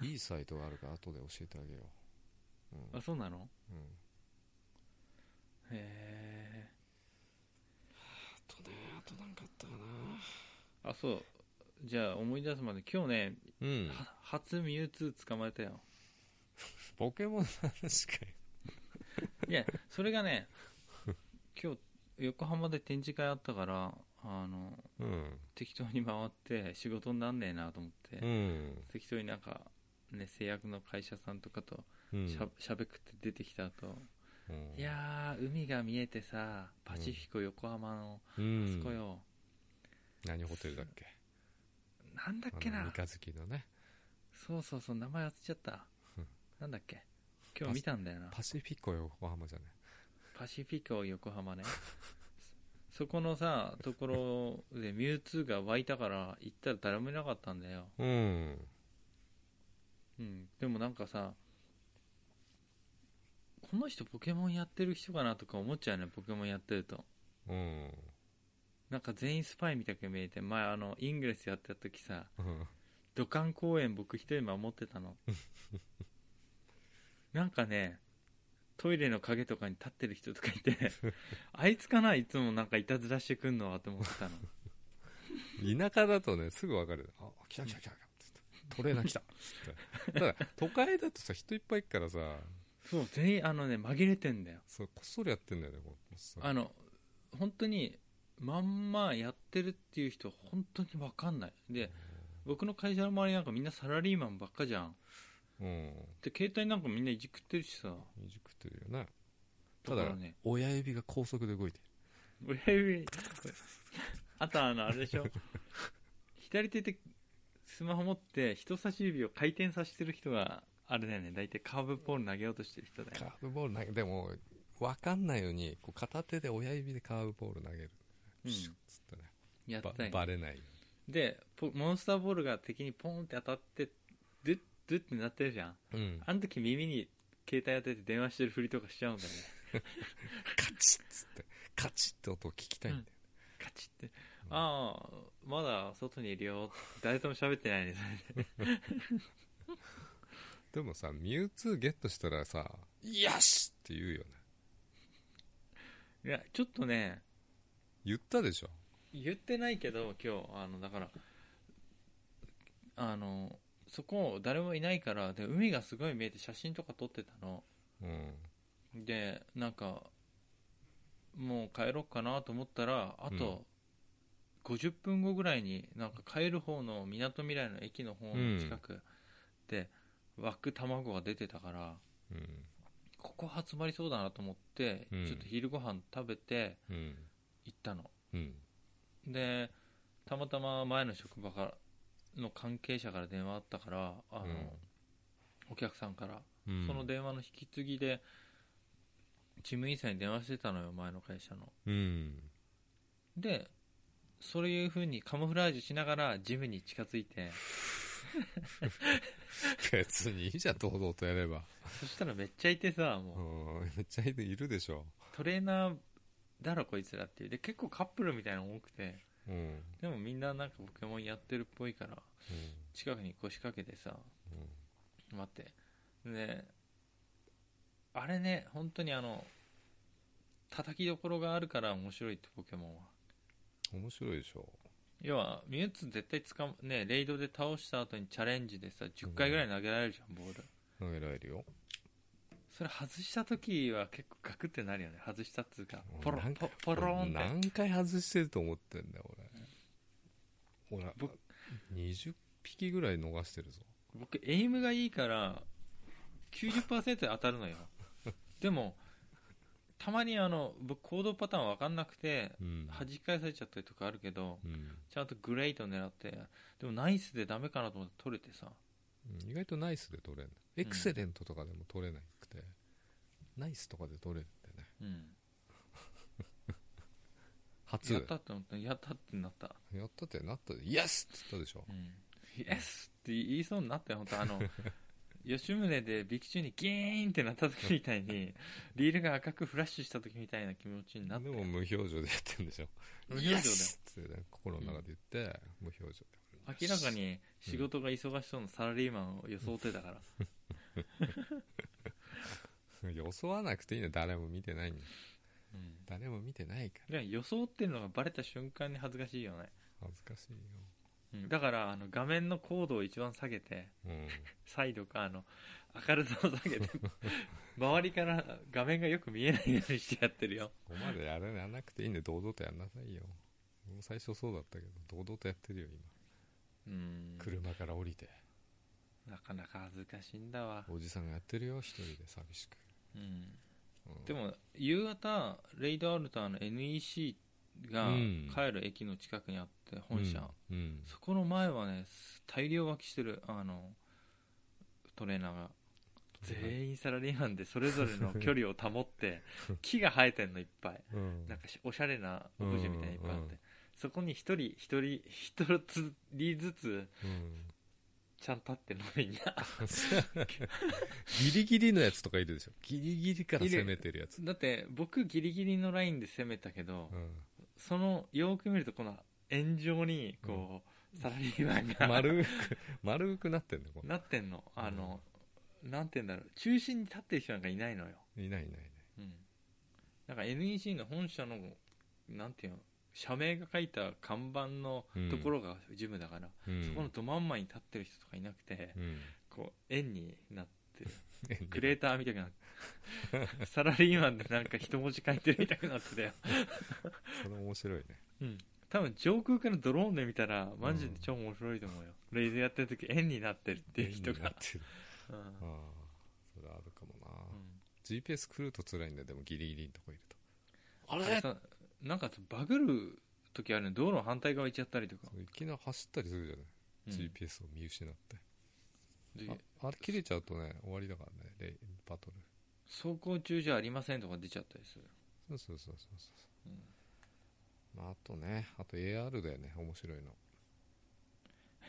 S2: うん、いいサイトがあるから後で教えてあげよう、うん
S1: あそうなの
S2: うん、
S1: へえ
S2: あとねあとなんかあったか
S1: あそうじゃあ思い出すまで今日ね、
S2: なうん
S1: は初ミュウツー捕まえたよ
S2: ポケモンの話かよ
S1: いやそれが ね今日横浜で展示会あったからあの
S2: うん
S1: 適当に回って仕事になんねえなと思って、
S2: うん
S1: 適当になんか、ね、製薬の会社さんとかと
S2: うん
S1: しゃ,、べくって出てきた後、
S2: うん
S1: いやー海が見えてさパシフィコ横浜の、
S2: う
S1: あ
S2: ん
S1: そこよ
S2: 何ホテルだっけ
S1: なんだっけ
S2: あの
S1: な
S2: 三日月のね
S1: そうそうそう名前忘れちゃった
S2: うん
S1: なんだっけ今日見たんだよな
S2: パシフィコ横浜じゃね
S1: パシフィコ横浜 ねそこのさところでミュウツーが湧いたから行ったら誰もいなかったんだよ、
S2: うん
S1: うん、でもなんかさこの人ポケモンやってる人かなとか思っちゃうねポケモンやってると
S2: うん
S1: なんか全員スパイみたく見えて前あのイングレスやってた時さ
S2: うん
S1: 土管公園僕一人守って たのなんかねトイレの影とかに立ってる人とかいて あいつかないつもなんかいたずらしてくんのはと思ってたの
S2: 田舎だとねすぐ分かるあ来た来た来た来たトレーナー来たつってただ都会だとさ人いっぱいいるからさ
S1: そう全員あのね紛れてんだよ
S2: そうこっそりやってんだよねこうさ
S1: あの本当にまんまやってるっていう人本当に分かんないで僕の会社の周りなんかみんなサラリーマンばっかじゃん
S2: うん
S1: で携帯なんかみんないじくってるしさ
S2: いじくってるよね
S1: だ
S2: た
S1: か
S2: だ
S1: らね
S2: 親指が高速で動いて
S1: 親指あとあのあれでしょ左手でスマホ持って人差し指を回転させてる人があれだよね大体カーブボール投げようとしてる人だ
S2: る
S1: よね
S2: カーブボール投げでも分かんないようにこう片手で親指でカーブボール投げる、
S1: うん
S2: シュッつってね
S1: やった
S2: ば
S1: よね
S2: バレないよ
S1: でポモンスターボールが敵にポンって当たってドゥッドゥッってなってるじゃん
S2: うに、うん、
S1: あの時耳に携帯当てて電話してるふりとかしちゃうんだよね
S2: カチッつってカチッって音を聞きたいんだよ、ね
S1: カチって「ああまだ外にいるよ」誰とも喋ってないねそれで
S2: でもさミュウツーゲットしたらさ「よし!」って言うよね
S1: いやちょっとね
S2: 言ったでしょ
S1: 言ってないけど今日あのだからあのそこ誰もいないからで海がすごい見えて写真とか撮ってたの
S2: うん
S1: でなんかもう帰ろうかなと思ったらあと、50分後ぐらいになんか帰る方のみなとみらいの駅の方の近くで湧く卵が出てたから、
S2: うん
S1: ここ集まりそうだなと思って、
S2: うん
S1: ちょっと昼ご飯食べて
S2: うん
S1: 行ったの
S2: うん
S1: でたまたま前の職場からの関係者から電話あったからあの、
S2: うん
S1: お客さんから、
S2: うん
S1: その電話の引き継ぎで事務員さんに電話してたのよ前の会社の
S2: うん
S1: でそういう風にカモフラージュしながらジムに近づい て
S2: 別にいいじゃん堂々とやれば、
S1: そしたらめっちゃいてさもう、
S2: うん、めっちゃいるでしょ、
S1: トレーナーだろこいつらっていうで結構カップルみたいなの多くて
S2: うんうん
S1: でもみんななんかポケモンやってるっぽいから近くに腰掛けてさ
S2: うん
S1: 待ってねあれね本当にあの叩きどころがあるから面白いってポケモンは
S2: 面白いでしょ
S1: 要はミュウツー絶対つかむねレイドで倒した後にチャレンジでさ10回ぐらい投げられるじゃんボール
S2: 投げられるよ
S1: それ外した時は結構ガクってなるよね外したっつうか
S2: うん
S1: ポロ
S2: な
S1: ン
S2: んか
S1: ポポロンって
S2: 何回外してると思ってんだよ俺俺
S1: 僕
S2: 20匹ぐらい逃してるぞ
S1: 僕エイムがいいから90%で当たるのよでもたまにあの僕行動パターン分かんなくて
S2: うん
S1: 弾き返されちゃったりとかあるけど
S2: うん
S1: ちゃんとグレイト狙ってでもナイスでダメかなと思って取れてさ
S2: うん意外とナイスで取れるエクセレントとかでも取れなくて、ナイスとかで取れるんだよね
S1: うん
S2: 初
S1: やったって思ったやったってなった
S2: やったってなったイエスって言ったでしょ
S1: うんイエスって言いそうになったよ本当あの 吉宗でビクチュにギーンってなった時みたい にリールが赤くフラッシュした時みたいな気持ちになった
S2: でも無表情でやってるんでしょ
S1: 無表情だよ
S2: イエスって、ね、心の中で言って、無表情
S1: 明らかに仕事が忙しそうなサラリーマンを装ってたから、
S2: でよそわなくていいの誰も見てないんだよ誰も見てないから
S1: でも装ってるのがバレた瞬間に恥ずかしいよね、
S2: 恥ずかしいよ
S1: だからあの画面の高度を一番下げて
S2: うん
S1: サイドかあの明るさを下 げて周りから画面がよく見えないようにしてやってるよ
S2: ここまでやらなくていいんで堂々とやんなさいよ俺も最初そうだったけど堂々とやってるよ
S1: うん
S2: 今車から降りて
S1: なかなか恥ずかしいんだわ、
S2: おじさんがやってるよ一人で寂しく、
S1: うん
S2: うん
S1: でも夕方レイドアルターの NEC が
S2: うん
S1: 帰る駅の近くにあって本社、
S2: うん、うん
S1: そこの前はねす大量湧きしてるあのトレーナーが全員サラリーマンでそれぞれの距離を保って 木が生えてんのいっぱい
S2: うん
S1: なんかしおしゃれなオブジェみたいにいっぱいあっ
S2: うんうんう
S1: てそこに一人一人一つずつ
S2: うん
S1: ちゃんと立って飲みに
S2: ギリギリのやつとかいるでしょギリギリから攻めてるやつ
S1: だって僕ギリギリのラインで攻めたけど
S2: うん
S1: そのよく見るとこの円状にこう、サラリーマンが
S2: 丸く丸くなってんのこ
S1: なってんのあの、なんて言うんだろう中心に立ってる人なんかいないのよ
S2: れいないいないいない
S1: うん、なんか NEC の本社のなんていうの社名が書いた看板のところがジムだから、
S2: うん
S1: そこのど真ん前に立ってる人とかいなくて、
S2: うん
S1: こう円になってクレーターみたいなサラリーマンでなんか一文字書いてるみたいになってたよ、
S2: それ面白いね
S1: うん、多分上空からドローンで見たらマジで超面白いと思うよ、レイズやってる時円になってるっていう人
S2: 絵になっ
S1: が、
S2: てる
S1: うん
S2: ああそれあるかもな、
S1: うん
S2: GPS 狂うと辛いんだよでもギリギリのとこいるとあ
S1: あれさなんかさバグる時あるね道路の反対側行っちゃったりとか、
S2: いきなり走ったりするじゃない、
S1: うん
S2: GPS を見失って
S1: で
S2: ああれ切れちゃうとね終わりだからねレイバトル
S1: 走行中じゃありませんとか出ちゃったりする、
S2: そうそうそうそうそう、まあ、あとねあと AR だよね面白いの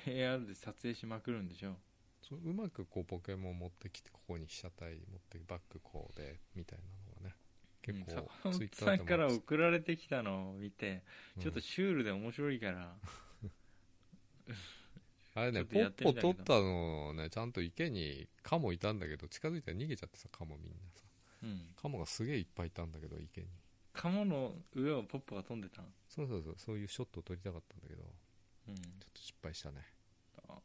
S1: AR で撮影しまくるんでしょ
S2: そううまくこうポケモン持ってきてここに被写体持ってバックこうでみたいなのがね結構
S1: うん坂本さん
S2: でも
S1: から送られてきたのを見て、ちょっと
S2: うん
S1: シュールで面白い から、
S2: あれ
S1: ちょ
S2: ね
S1: っと
S2: ポ
S1: やっ
S2: ッ
S1: てみ
S2: ポ
S1: たいな
S2: 取ったのをねちゃんと池にカモいたんだけど近づいたら逃げちゃってさカモみんなさ
S1: うん、
S2: カモがすげえいっぱいいたんだけど池に
S1: 鴨の上をポッポが飛んでたの
S2: そうそうそうそういうショットを撮りたかったんだけど
S1: うん
S2: ちょっと失敗したね
S1: あー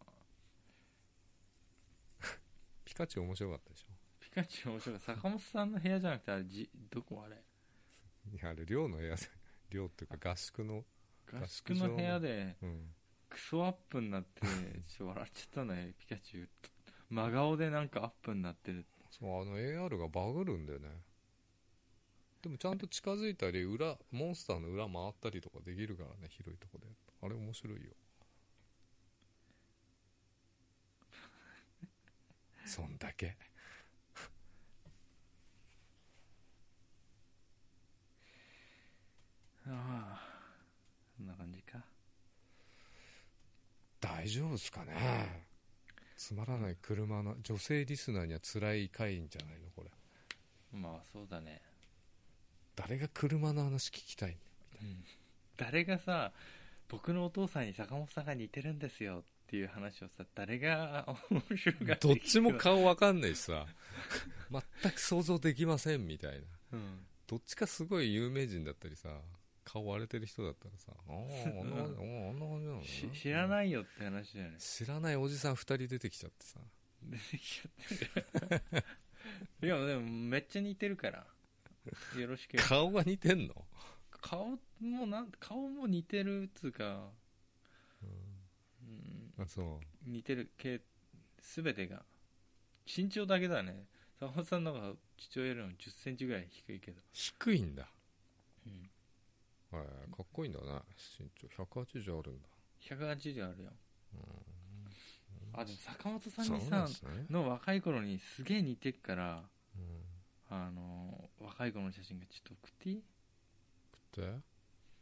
S2: ピカチュウ面白かったでしょ
S1: ピカチュウ面白い坂本さんの部屋じゃなくてあれじどこあれ
S2: いやあれ寮の部屋で 寮っていうか合宿の
S1: 合宿の部屋で
S2: うん
S1: クソアップになってちょっと笑っちゃったねピカチュウ真顔でなんかアップになってる
S2: そうあの AR がバグるんだよねでもちゃんと近づいたり裏モンス ターの裏回ったりとかできるからね広いとこであれ面白いよそんだけ。
S1: ああそんな感じか
S2: 大丈夫ですかねつまらない車の女性リスナーには辛い回んじゃないのこれ
S1: まあそうだね、
S2: 誰が車の話聞きたい
S1: 誰がさ僕のお父さんに坂本さんが似てるんですよっていう話をさ誰が面白 がって
S2: どっ
S1: 聞く
S2: ちも顔わかんないしさ全く想像できませんみたいな
S1: うん
S2: どっちかすごい有名人だったりさ顔割れてる人だったらさあああんな感じあんな感じな の
S1: し知らないよって話だよね
S2: 知らないおじさん2人出てきちゃってさ
S1: 出てきちゃってる いやでもめっちゃ似てるからよろしくよ
S2: 顔が似てんの
S1: 顔もなん顔も似てるっつうか、うん、
S2: あそ
S1: 似てる系全てが身長だけだね坂本さんの方が父親よりも1 0ンチぐらい低いけど
S2: う、低いんだ、
S1: うん、
S2: へえかっこいいんだね身長180あるんだ
S1: 180あるよあでも坂本さん
S2: そう
S1: に
S2: なん
S1: さ
S2: ですね、
S1: の若い頃にすげえ似てっから
S2: うん
S1: あのー若い頃の写真がちょっと送っていい
S2: で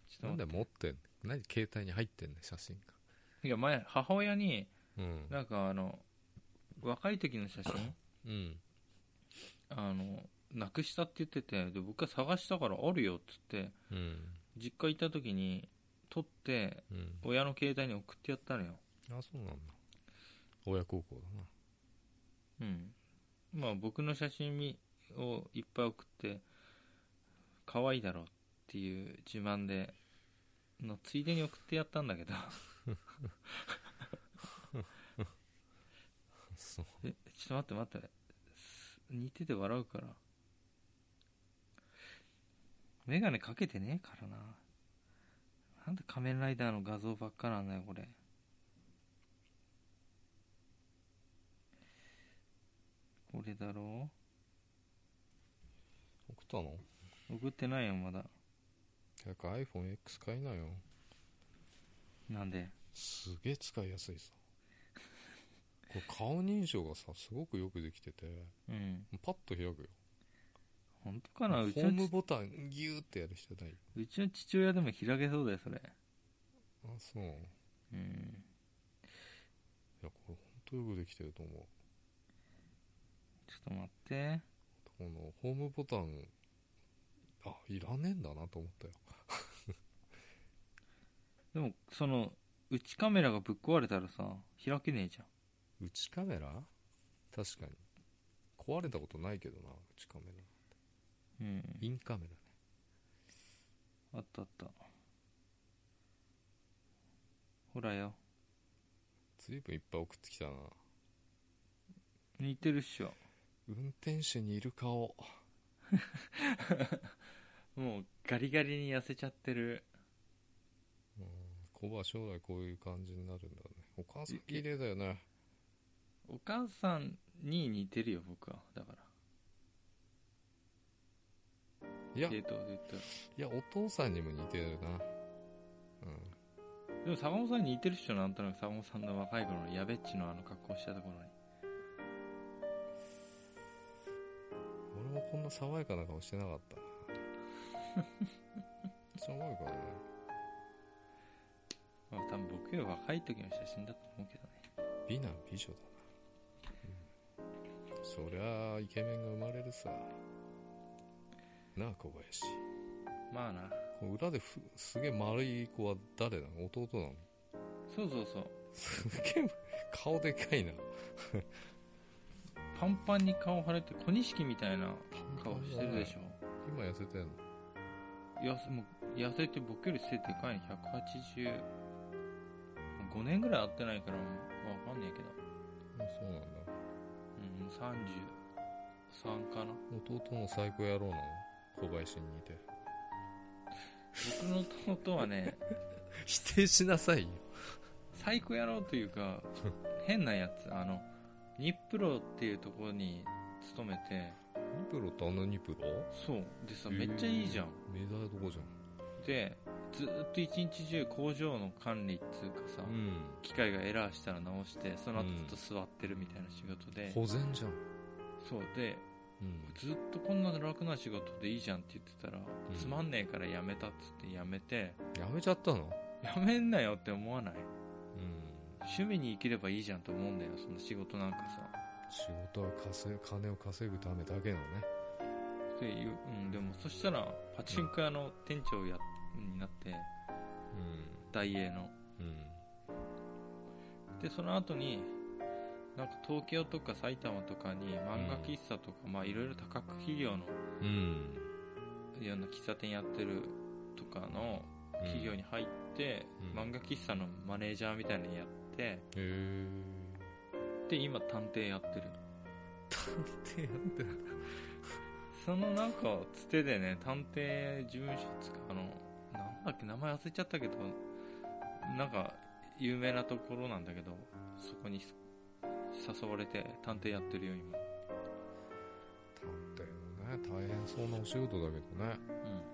S1: ちょ
S2: な
S1: っ
S2: ん
S1: と待っ
S2: で持ってんの何携帯に入ってんの写真が
S1: ていや前母親に
S2: うん
S1: なんかあの若い時の写真
S2: うん
S1: あのなくしたって言っててで僕が探したからあるよっつって
S2: うん
S1: 実家行った時に撮って
S2: うん
S1: 親の携帯に送ってやったのよ
S2: あそうなんだ親孝行だな
S1: うんまあ僕の写真みをいっぱい送って可愛いだろうっていう自慢でのついでに送ってやったんだけど
S2: そう
S1: えちょっと待って待ってす似てて笑うから眼鏡かけてねえからななんで仮面ライダーの画像ばっかなんだよこれこれだろ
S2: 送ったの
S1: 送ってないよまだ
S2: 早く iPhoneX 買いなよ
S1: なんです
S2: げえ使いやすい さこれ顔認証がさすごくよくできてて
S1: うん
S2: パッと開くよ
S1: 本当か
S2: ホ
S1: なうちの
S2: ーム
S1: ち
S2: ボタンギューってやる人ないう
S1: ちの父親でも開けそうだよそれ
S2: あそういや
S1: うん
S2: これ本当よくできてると思う
S1: ちょっと待って
S2: このホームボタンあいらねえんだなと思ったよ
S1: でもその内カメラがぶっ壊れたらさ開けねえじゃん
S2: 内カメラ確かに壊れたことないけどな内カメラ
S1: うん
S2: インカメラね
S1: あったあったほらよ
S2: 随分いっぱい送ってきたな
S1: 似てるっしょ
S2: 運転手にいる顔
S1: もうガリガリに痩せちゃってる
S2: うんコバは将来こういう感じになるんだねお母さん綺麗だよね
S1: お母さんに似てるよ僕はだか
S2: い
S1: ら
S2: や
S1: 系
S2: い
S1: 統で言ったら
S2: やお父さんにも似てるなうん
S1: でも坂本さんに似てるっしょなんとなく坂本さんの若い頃のやべっちのあの格好したところに
S2: 俺もこんな爽やかな顔してなか ったな爽やかだね
S1: まあ多分僕より若い時の写真だと思うけどね
S2: 美男美女だな、うん、そりゃあイケメンが生まれるさなあ小林
S1: まあな
S2: こう裏でふすげえ丸い子は誰なの弟なの
S1: そうそうそう
S2: すげえ顔でかいな
S1: パンパンに顔腫れて小錦みたいな顔してるでしょ
S2: 今痩せてんの
S1: 痩せもう痩せて僕より背でかいの185年ぐらい会ってないからもうわかんないけど、
S2: あそうなんだ
S1: うん、33かな
S2: 弟も最高野郎なの小林に似て
S1: 僕の弟は ね
S2: 否定しなさいよ
S1: サイコ野郎というか変なやつあのニップロっていうところに勤めて
S2: ニプロってあのニプロ
S1: そうでさ
S2: へー
S1: めっちゃいいじゃん、
S2: メダルどこじゃん
S1: てずーっと一日中工場の管理っつうかさ、
S2: うん
S1: 機械がエラーしたら直してその後
S2: う
S1: ず
S2: ん
S1: っと座ってるみたいな仕事で、
S2: 保全じゃん
S1: そうで
S2: うん
S1: ずっとこんな楽な仕事でいいじゃんって言ってたら、
S2: ん
S1: つまんねえからやめたっつってやめて
S2: やめちゃったの
S1: やめんなよって思わない
S2: うん
S1: 趣味に生きればいいじゃんと思うんだよその仕事なんかさ
S2: 仕事は稼い金を稼ぐためだけのね
S1: っていう、うん、でもそしたらパチンコ屋の店長やになって大英の
S2: うんうん
S1: でその後になんか東京とか埼玉とかに漫画喫茶とか、まあいろいろ多角企業の
S2: うん
S1: いろんな喫茶店やってるとかの企業に入って、
S2: うん
S1: 漫画喫茶のマネージャーみたいなのやって
S2: へ え
S1: で今探偵やってる
S2: 探偵やってる
S1: そのなんかつてでね探偵事務所つかあのなんだっけ名前忘れちゃったけどなんか有名なところなんだけどそこに誘われて探偵やってるよ今
S2: 探偵もね大変そうなお仕事だけどね
S1: うん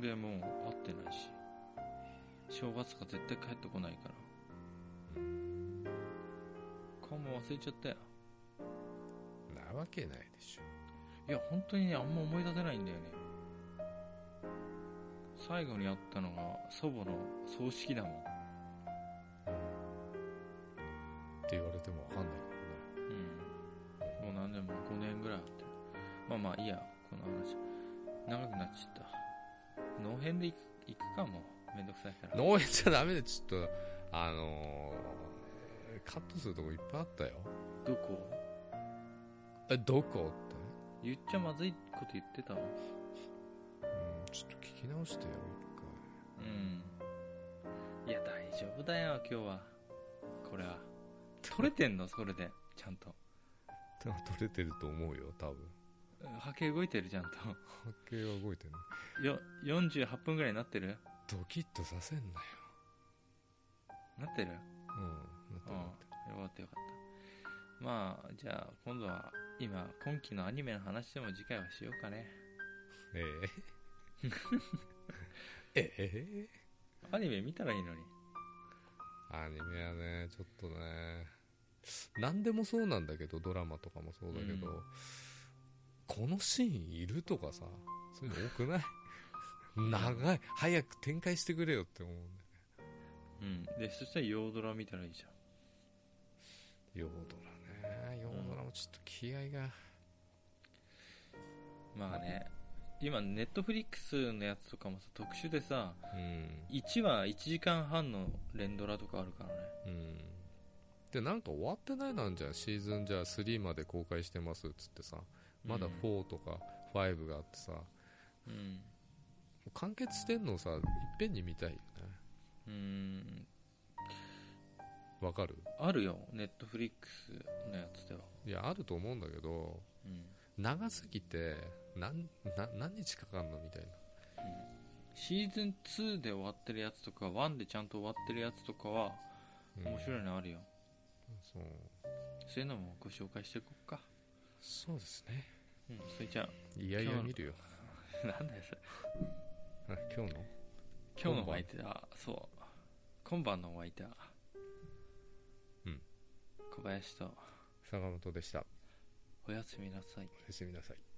S1: でもう会ってないし正月が絶対帰ってこないから
S2: うん
S1: 顔も忘れちゃったよ
S2: なわけないでしょ
S1: いや本当にねあんま思い出せないんだよね最後に会ったのが祖母の葬式だもん
S2: って言われてもわかんない
S1: うんもう何年も5年ぐらいあってまあまあいいやこの話長くなっちゃった農編で行く行くかもうめんどくさいか
S2: け
S1: ら
S2: どね農園じゃダメでちょっとあのーカットするとこいっぱいあったよ
S1: どこ
S2: えどこって
S1: 言っちゃまずいこと言ってたわ
S2: うんちょっと聞き直してよ一回
S1: うんいや大丈夫だよ今日はこれは取れてんのそれでちゃんと
S2: 手は取れてると思うよ多分
S1: 波形動いてるちゃんと
S2: 波形は動いてね
S1: よ48分ぐらいになってる
S2: ドキッとさせんなよ
S1: なってる
S2: うんなって
S1: うん
S2: な
S1: よ
S2: っ
S1: かったよかったまあじゃあ今度は今今期のアニメの話でも次回はしようかね
S2: てええええ
S1: アニメ見たらいいのに
S2: アニメはねちょっとね何でもそうなんだけどドラマとかもそうだけど、
S1: うん
S2: このシーンいるとかさそういうの多くない長い早く展開してくれよって思うんだよね
S1: うんでそしたら洋ドラ見たらいいじゃん
S2: ヨードラねヨードラもちょっと気合が
S1: まあね今ネットフリックスのやつとかもさ特殊でさ
S2: うん
S1: 1話1時間半の連ドラとかあるからね
S2: うんでなんか終わってないなんじゃんシーズンじゃあ3まで公開してますっつってさまだ4とか5があってさ、も
S1: うん
S2: う完結してんのをさいっぺんに見たいよね
S1: うん
S2: わかる
S1: あるよネットフリックスのやつでは、
S2: いやあると思うんだけど
S1: うん
S2: 長すぎてなんな何日かかんのみたいな
S1: シーズン2で終わってるやつとか1でちゃんと終わってるやつとかは、
S2: うん
S1: 面白いのあるよ
S2: そう
S1: そういうのもご紹介していこうか
S2: そうですね
S1: うんそれじゃ
S2: いやいや見るよ
S1: あ なんだよそれ
S2: あ今日
S1: 今
S2: の
S1: 日の
S2: 今晩
S1: お相手はそう今晩のお相手は
S2: うん
S1: 小林と
S2: 坂本でした
S1: おやすみなさい
S2: おやすみなさい